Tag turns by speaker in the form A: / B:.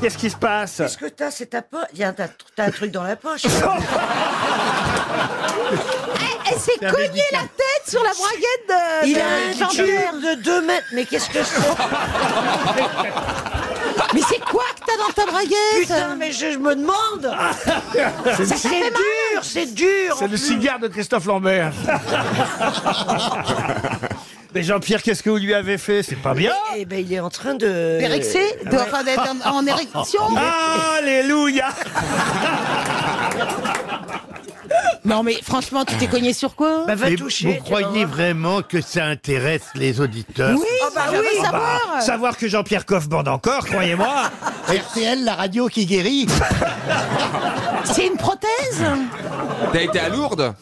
A: Qu'est-ce qui se passe
B: Qu'est-ce que t'as C'est ta poche T'as t'as un truc dans la poche
C: Elle s'est cognée eh, la tête sur la braguette de.
B: Il
C: de
B: a un
C: gendarme.
B: gendarme de 2 mètres Mais qu'est-ce que c'est
C: Mais c'est quoi que t'as dans ta braguette
B: Putain, mais je, je me demande
D: C'est le,
B: C'est
C: fait mal.
B: dur, c'est dur
D: c'est le cigare de Christophe Lambert.
A: Mais Jean-Pierre, qu'est-ce que vous lui avez fait C'est pas bien
B: Eh ben, il est en train de...
C: D'érexer de- Enfin, d'être en, en érection
A: Ah. Alléluia
C: Non, mais franchement, tu t'es cogné sur quoi
B: Bah, va
E: Mais
B: toucher.
E: vous
B: tu vas
E: croyez
B: voir.
E: vraiment que ça intéresse les auditeurs
C: Oui,
B: Ah bah
C: je veux
B: oui. Ah
C: savoir.
A: Savoir que Jean-Pierre Coff bande encore, croyez-moi
E: RTL, la radio qui guérit
C: C'est une prothèse
F: T'as été à Lourdes